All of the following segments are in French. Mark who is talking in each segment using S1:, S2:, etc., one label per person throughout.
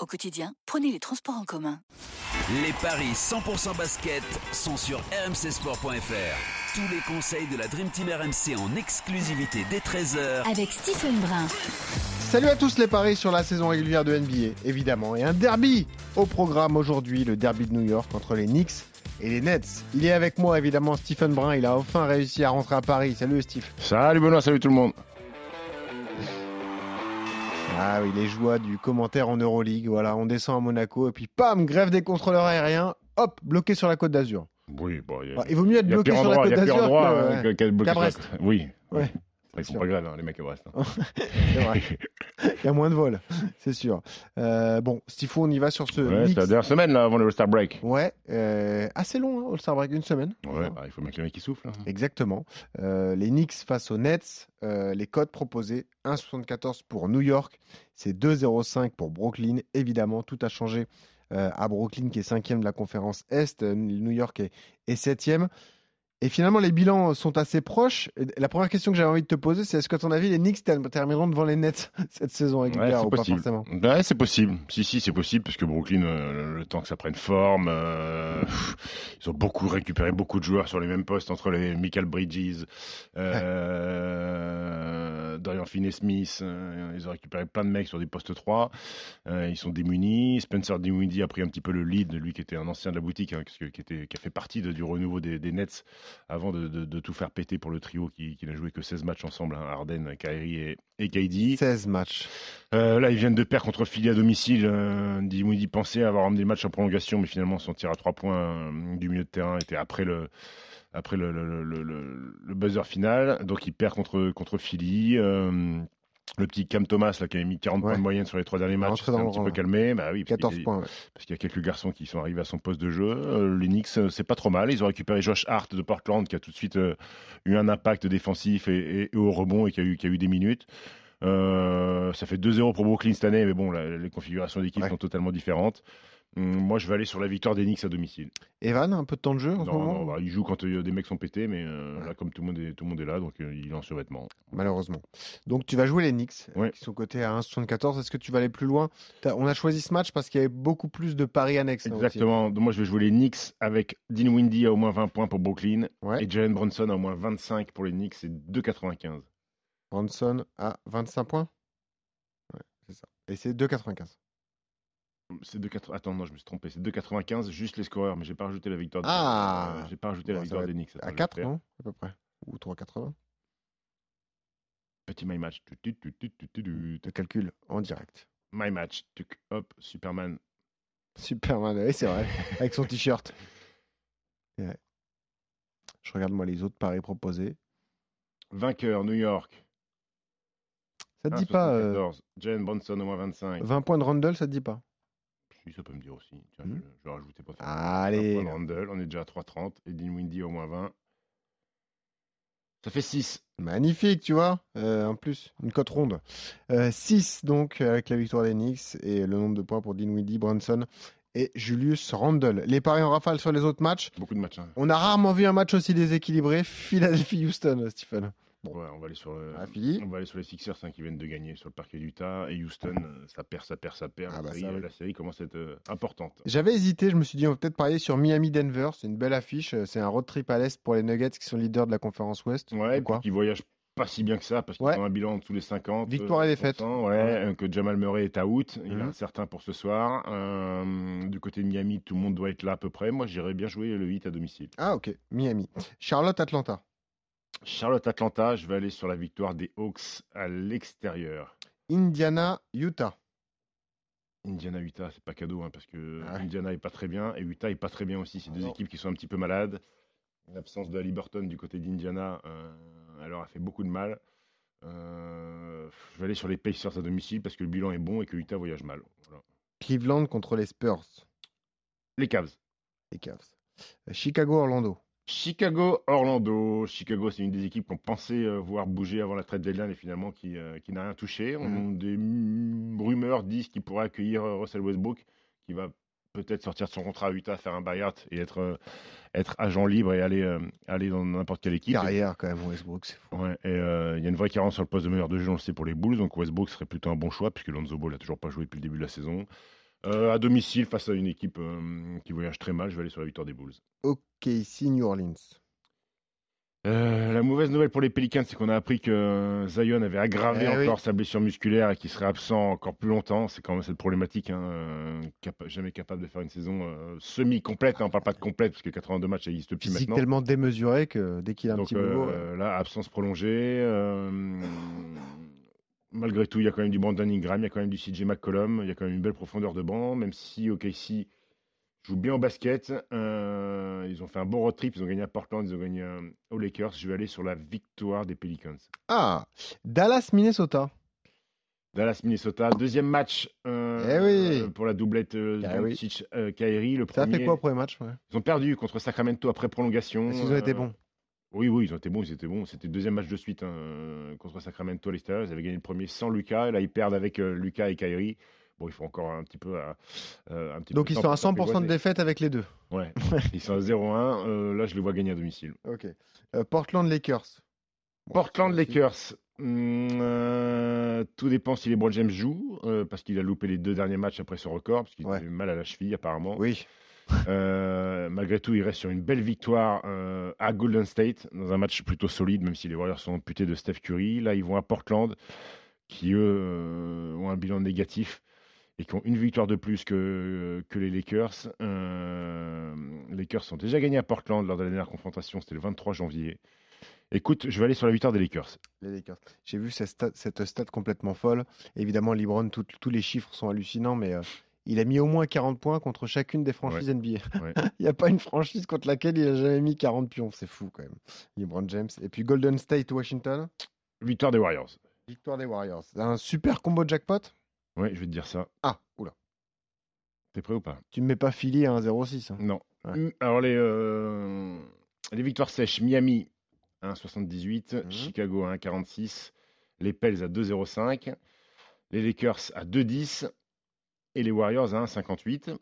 S1: Au quotidien, prenez les transports en commun.
S2: Les paris 100% basket sont sur rmcsport.fr. Tous les conseils de la Dream Team RMC en exclusivité dès 13h
S1: Avec Stephen Brun.
S3: Salut à tous les paris sur la saison régulière de NBA, évidemment, et un derby au programme aujourd'hui, le derby de New York entre les Knicks et les Nets. Il est avec moi évidemment Stephen Brun, il a enfin réussi à rentrer à Paris. Salut Steve.
S4: Salut Benoît, salut tout le monde.
S3: Ah oui, les joies du commentaire en Euroleague, voilà, on descend à Monaco et puis pam, grève des contrôleurs aériens, hop, bloqué sur la côte d'Azur.
S4: Oui, bon, il y a,
S3: Bon, il vaut mieux être
S4: il y a
S3: bloqué
S4: pire
S3: sur la
S4: endroit, il
S3: côte
S4: y a pire
S3: d'Azur
S4: endroit
S3: que-
S4: euh, qu'à-
S3: qu'à
S4: qu'à-
S3: Brest.
S4: Oui.
S3: Ouais.
S4: Ils
S3: sûr.
S4: sont pas grèves, hein, les mecs à Brest. hein.
S3: c'est vrai. Il y a moins de vols, c'est sûr. Euh, bon, Stifou, on y va sur ce
S4: Ouais,
S3: Knicks.
S4: c'est la dernière semaine là, avant le All-Star Break.
S3: Ouais, euh, assez long, hein, All-Star Break, une semaine.
S4: Ouais, bah, il faut bien que les mecs qui soufflent. hein.
S3: Exactement. Euh, les Knicks face aux Nets, euh, les codes proposés 1,74 pour New York, c'est 2,05 pour Brooklyn. Évidemment, tout a changé euh, à Brooklyn qui est cinquième de la conférence Est, euh, New York est, est septième. Et finalement, les bilans sont assez proches. Et La première question que j'avais envie de te poser, c'est est-ce que, à ton avis, les Knicks ter- termineront devant les Nets cette saison
S4: Ouais,
S3: régulière
S4: c'est
S3: ou pas
S4: possible.
S3: forcément
S4: Ouais, c'est possible. Si, si, c'est possible, parce que Brooklyn, euh, le, le temps que ça prenne forme, euh, pff, ils ont beaucoup récupéré beaucoup de joueurs sur les mêmes postes entre les Michael Bridges, euh, Dorian Finney-Smith. euh, ils ont récupéré plein de mecs sur des postes 3. Euh, ils sont démunis. Spencer Dinwiddie a pris un petit peu le lead, lui qui était un ancien de la boutique, hein, parce que- qui, était, qui a fait partie de- du renouveau des, des Nets avant de, de- de tout faire péter pour le trio qui, qui n'a joué que 16 matchs ensemble, hein, Harden, Kyrie et, et KD.
S3: 16 matchs.
S4: Euh, là, ils viennent de perdre contre Philly à domicile. Euh, Dinwiddie pensait avoir emmené le match en prolongation, mais finalement, son tir à trois points euh, du milieu de terrain était après le, après le, le, le- le- le buzzer final. Donc, il perd contre, contre Philly. Euh, le petit Cam Thomas, là, qui avait mis 40
S3: Ouais.
S4: points de moyenne sur les trois derniers matchs,
S3: rentré
S4: s'est
S3: dans
S4: un
S3: le
S4: petit
S3: rang,
S4: peu
S3: là.
S4: calmé. Bah oui, parce qu'il
S3: 14
S4: était-
S3: points. ouais.
S4: parce qu'il y a quelques garçons qui sont arrivés à son poste de jeu. Euh, les Knicks, euh, c'est pas trop mal. Ils ont récupéré Josh Hart de Portland qui a tout de suite euh, eu un impact défensif et, et- et au rebond et qui a eu, qui a eu des minutes. Euh, ça fait 2-0 pour Brooklyn cette année, mais bon, la- les configurations d'équipe
S3: Ouais.
S4: sont totalement différentes. Hum, Moi, je vais aller sur la victoire des Knicks à domicile.
S3: Evan, un peu de temps de jeu en ce
S4: Non,
S3: moment
S4: non, bah, ils jouent quand euh, des mecs sont pétés, mais euh,
S3: Oh, Ouais.
S4: là, comme tout le, monde est, tout le monde est là, donc euh, il est en survêtement.
S3: malheureusement. Donc tu vas jouer les Knicks, euh,
S4: Ouais.
S3: qui sont cotés à 1,74. Est-ce que tu vas aller plus loin T'as- On a choisi ce match parce qu'il y avait beaucoup plus de paris annexes. hein, aussi.
S4: Exactement. Donc, moi, je vais jouer les Knicks avec Dean Windy à au moins 20 points pour Brooklyn
S3: Ouais.
S4: et Jalen Bronson à au moins 25 pour les Knicks, c'est 2,95.
S3: Branson à 25 points. Ouais, c'est ça. Et c'est 2,95.
S4: C'est 2,80. Attends, non, je me suis trompé. C'est 2,95, juste les scoreurs, mais j'ai pas rajouté la victoire. de-
S3: Ah
S4: euh, J'ai pas rajouté
S3: Bon,
S4: la
S3: ça
S4: victoire
S3: va
S4: des Knicks. Attends,
S3: À
S4: je vais
S3: 4,
S4: faire
S3: non À peu près. Ou 3,80.
S4: Petit my match. Tu, tu, tu, tu, tu, tu, tu, tu.
S3: Le calcul en direct.
S4: My match. Tuc, hop, Superman.
S3: Superman, ouais, c'est vrai. Avec son t-shirt. Ouais. Je regarde moi les autres paris proposés.
S4: Vainqueur, New York.
S3: Ça
S4: Ah,
S3: te dit pas euh,
S4: 1,74. Jalen Bronson au moins 25.
S3: 20 points de Randall, ça te dit pas
S4: Si, ça peut me dire aussi. Tiens,
S3: Hmm.
S4: je, je vais rajouter pour faire.
S3: Ah, Allez,
S4: Un point de
S3: là.
S4: Randle, on est déjà à 3,30. Et Dean Windy au moins 20. Ça fait 6.
S3: Magnifique, tu vois. Euh, en plus, une cote ronde. 6 donc euh, avec la victoire des Knicks et le nombre de points pour Dinwiddie, Branson et Julius Randle. Les paris en rafale sur les autres matchs.
S4: Beaucoup de matchs. hein.
S3: On a rarement vu un match aussi déséquilibré. Philadelphie-Houston, Stephen. Bon.
S4: Ouais, on va aller sur le.
S3: Ah, Philly.
S4: On va aller sur les Sixers hein, qui viennent de gagner sur le parquet d'Utah. Et Houston, euh, ça perd, ça perd, ça perd.
S3: Ah
S4: la,
S3: bah,
S4: série,
S3: ça, oui.
S4: la série commence à être euh, importante.
S3: J'avais hésité, je me suis dit on va peut-être parier sur Miami-Denver. C'est une belle affiche. euh, C'est un road trip à l'Est pour les Nuggets qui sont leaders de la conférence Ouest.
S4: Ouais,
S3: Pourquoi
S4: quoi Qui voyagent pas si bien que ça parce qu'ils
S3: Ouais.
S4: ont un bilan en dessous les 50.
S3: Victoire et défaite.
S4: fêtes. Ouais, euh, que Jamal Murray est out. Il est
S3: Mhm.
S4: incertain pour ce soir. Euh, du côté de Miami, tout le monde doit être là à peu près. Moi, j'irais bien jouer le 8 à domicile.
S3: Ah ok, Miami. Charlotte-Atlanta.
S4: Charlotte-Atlanta, je vais aller sur la victoire des Hawks à l'extérieur.
S3: Indiana-Utah.
S4: Indiana Utah, c'est pas cadeau hein, parce que
S3: Ah ouais.
S4: Indiana est pas très bien et Utah est pas très bien aussi. C'est
S3: Ah
S4: deux
S3: non.
S4: équipes qui sont un petit peu malades. L'absence de Halliburton du côté d'Indiana, euh, elle leur a fait beaucoup de mal. Euh, je vais aller sur les Pacers à domicile parce que le bilan est bon et que Utah voyage mal. Voilà.
S3: Cleveland contre les Spurs.
S4: Les Cavs.
S3: Les Cavs. Euh, Chicago-Orlando.
S4: Chicago, Orlando. Chicago, c'est une des équipes qu'on pensait euh, voir bouger avant la trade deadline et finalement qui, euh, qui n'a rien touché. On,
S3: Mhm.
S4: Des mm, rumeurs disent qu'il pourrait accueillir euh, Russell Westbrook, qui va peut-être sortir de son contrat à Utah, faire un buyout et être, euh, être agent libre et aller, euh, aller dans n'importe quelle équipe.
S3: Carrière quand même, Westbrook, c'est fou.
S4: Ouais, et euh, il y a une vraie carence sur le poste de meilleur de jeu, on le sait pour les Bulls, donc Westbrook serait plutôt un bon choix, puisque Lonzo Ball n'a toujours pas joué depuis le début de la saison. Euh, à domicile, face à une équipe euh, qui voyage très mal, je vais aller sur la victoire des Bulls.
S3: Ok, ici New Orleans.
S4: Euh, la mauvaise nouvelle pour les Pelicans, c'est qu'on a appris que euh, Zion avait aggravé
S3: Eh oui.
S4: encore sa blessure musculaire et qu'il serait absent encore plus longtemps. C'est quand même cette problématique, hein, euh, capa- jamais capable de faire une saison euh, semi-complète. hein. on parle pas de complète, parce que 82 matchs, ça existe plus
S3: Physique
S4: maintenant.
S3: tellement démesuré que dès qu'il a un
S4: Donc
S3: petit boulot.
S4: euh, là, absence prolongée. euh, malgré tout, il y a quand même du Brandon Ingram, il y a quand même du CJ McCollum, il y a quand même une belle profondeur de banc, même si OKC joue bien au basket. euh, ils ont fait un bon road trip, ils ont gagné à Portland, ils ont gagné euh, aux Lakers. Je vais aller sur la victoire des Pelicans.
S3: Ah, Dallas-Minnesota.
S4: Dallas, Minnesota, deuxième match euh,
S3: Eh oui.
S4: euh, pour la doublette euh,
S3: Eh oui.
S4: Doncic, euh, Kyrie. Le
S3: Ça a
S4: premier,
S3: fait quoi au premier match ouais
S4: Ils ont perdu contre Sacramento après prolongation.
S3: Est-ce qu'ils ont été
S4: euh,
S3: bons
S4: Oui, oui, ils ont été bons, ils étaient bons. C'était le deuxième match de suite hein, euh, contre Sacramento à l'extérieur. Ils avaient gagné le premier sans Lucas. Là, ils perdent avec euh, Lucas et Kyrie. Bon, il faut encore un petit peu. à- euh, un petit
S3: Donc
S4: peu
S3: ils
S4: de temps
S3: sont à
S4: pour
S3: 100% de
S4: s'apprivoiser.
S3: défaite avec les deux.
S4: Ouais, ils sont à 0-1. Euh, là, je les vois gagner à domicile.
S3: Ok. Euh, Portland-Lakers. Bon,
S4: Portland
S3: c'est
S4: Lakers. Hum, euh, tout dépend si LeBron James joue, euh, parce qu'il a loupé les deux derniers matchs après son record, parce qu'il
S3: Ouais.
S4: avait mal à la cheville apparemment.
S3: Oui.
S4: Euh, malgré tout, il reste sur une belle victoire euh, à Golden State, dans un match plutôt solide, même si les Warriors sont amputés de Steph Curry. Là, ils vont à Portland, qui eux euh, ont un bilan négatif et qui ont une victoire de plus que, que les Lakers. Euh, les Lakers ont déjà gagné à Portland lors de la dernière confrontation, c'était le 23 janvier. Écoute, je vais aller sur la victoire des Lakers.
S3: Les Lakers. J'ai vu cette stat, cette stat complètement folle. Évidemment, LeBron, tout- tous les chiffres sont hallucinants, mais euh, il a mis au moins 40 points contre chacune des franchises NBA.
S4: Ouais.
S3: il n'y a pas une franchise contre laquelle il a jamais mis 40 pions. C'est fou quand même. LeBron James. Et puis Golden State, Washington.
S4: Victoire des Warriors.
S3: Victoire des Warriors. Un super combo jackpot.
S4: Ouais, je vais te dire ça.
S3: Ah, oula.
S4: T'es prêt ou pas
S3: Tu ne mets pas Philly à 1,06. hein.
S4: Non.
S3: Ouais.
S4: Hum, Alors les, euh, les victoires sèches, Miami 1,78,
S3: Mhm.
S4: Chicago à 1,46, les Pels à 2,05, les Lakers à 2,10 et les Warriors à 1,58.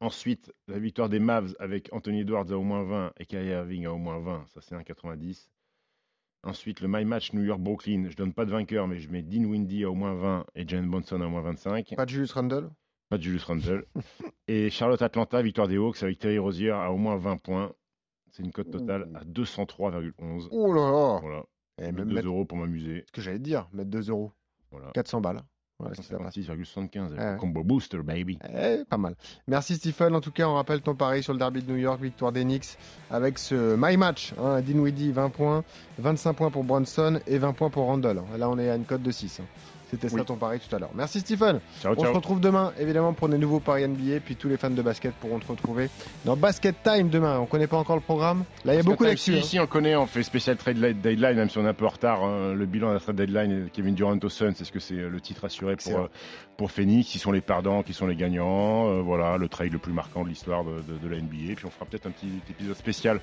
S4: Ensuite, la victoire des Mavs avec Anthony Edwards à au moins 20 et Kyrie Irving à au moins 20, ça c'est 1,90. Ensuite, le My Match New York-Brooklyn, je donne pas de vainqueur, mais je mets Dean Windy à au moins 20 et Jalen Bonson à au moins 25.
S3: Pas de Julius Randle.
S4: Pas de Julius Randle. et Charlotte Atlanta, victoire des Hawks avec Terry Rozier à au moins 20 points. C'est une cote totale à 203,11.
S3: Oh là là.
S4: Voilà.
S3: Mmh. Et
S4: Mettre
S3: même
S4: 2
S3: mettre,
S4: euros pour m'amuser.
S3: ce que j'allais te dire, mettre 2 euros.
S4: Voilà.
S3: 400 balles. Voilà ce qui se passe.
S4: 56,75. avec
S3: Ah
S4: le
S3: ouais.
S4: Combo booster, baby.
S3: Eh, pas mal. Merci Stephen. En tout cas, on rappelle ton pari sur le derby de New York, victoire des Knicks, avec ce My Match. Hein, Dinwiddie, 20 points, 25 points pour Bronson et 20 points pour Randall. Là, on est à une cote de 6. hein. C'était ça
S4: Oui.
S3: ton pari tout à l'heure. Merci Stephen.
S4: Ciao,
S3: On se
S4: ciao.
S3: retrouve demain, évidemment, pour des nouveaux paris NBA. Puis tous les fans de basket pourront te retrouver dans Basket Time demain. On connaît pas encore le programme. Là, il y a beaucoup d'actu.
S4: d'actu.
S3: hein.
S4: Ici, on connaît, on fait spécial trade li- deadline, même si on est un peu en retard. hein. le bilan de la trade deadline, et Kevin Durant au Suns, c'est ce que c'est euh, le titre assuré pour,
S3: Excellent.
S4: euh, pour Phoenix. Qui sont les perdants, qui sont les gagnants. euh, voilà, le trade le plus marquant de l'histoire de, de- de la NBA. Puis on fera peut-être un petit épisode spécial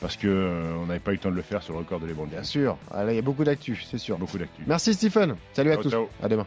S4: parce que euh, on n'avait pas eu le temps de le faire sur le record de LeBron
S3: Bien
S4: James.
S3: sûr. Ah, Là, il y a beaucoup d'actu, c'est sûr.
S4: Beaucoup d'actu.
S3: Merci Stephen. Salut à
S4: Ciao,
S3: tous.
S4: ciao.
S3: À demain.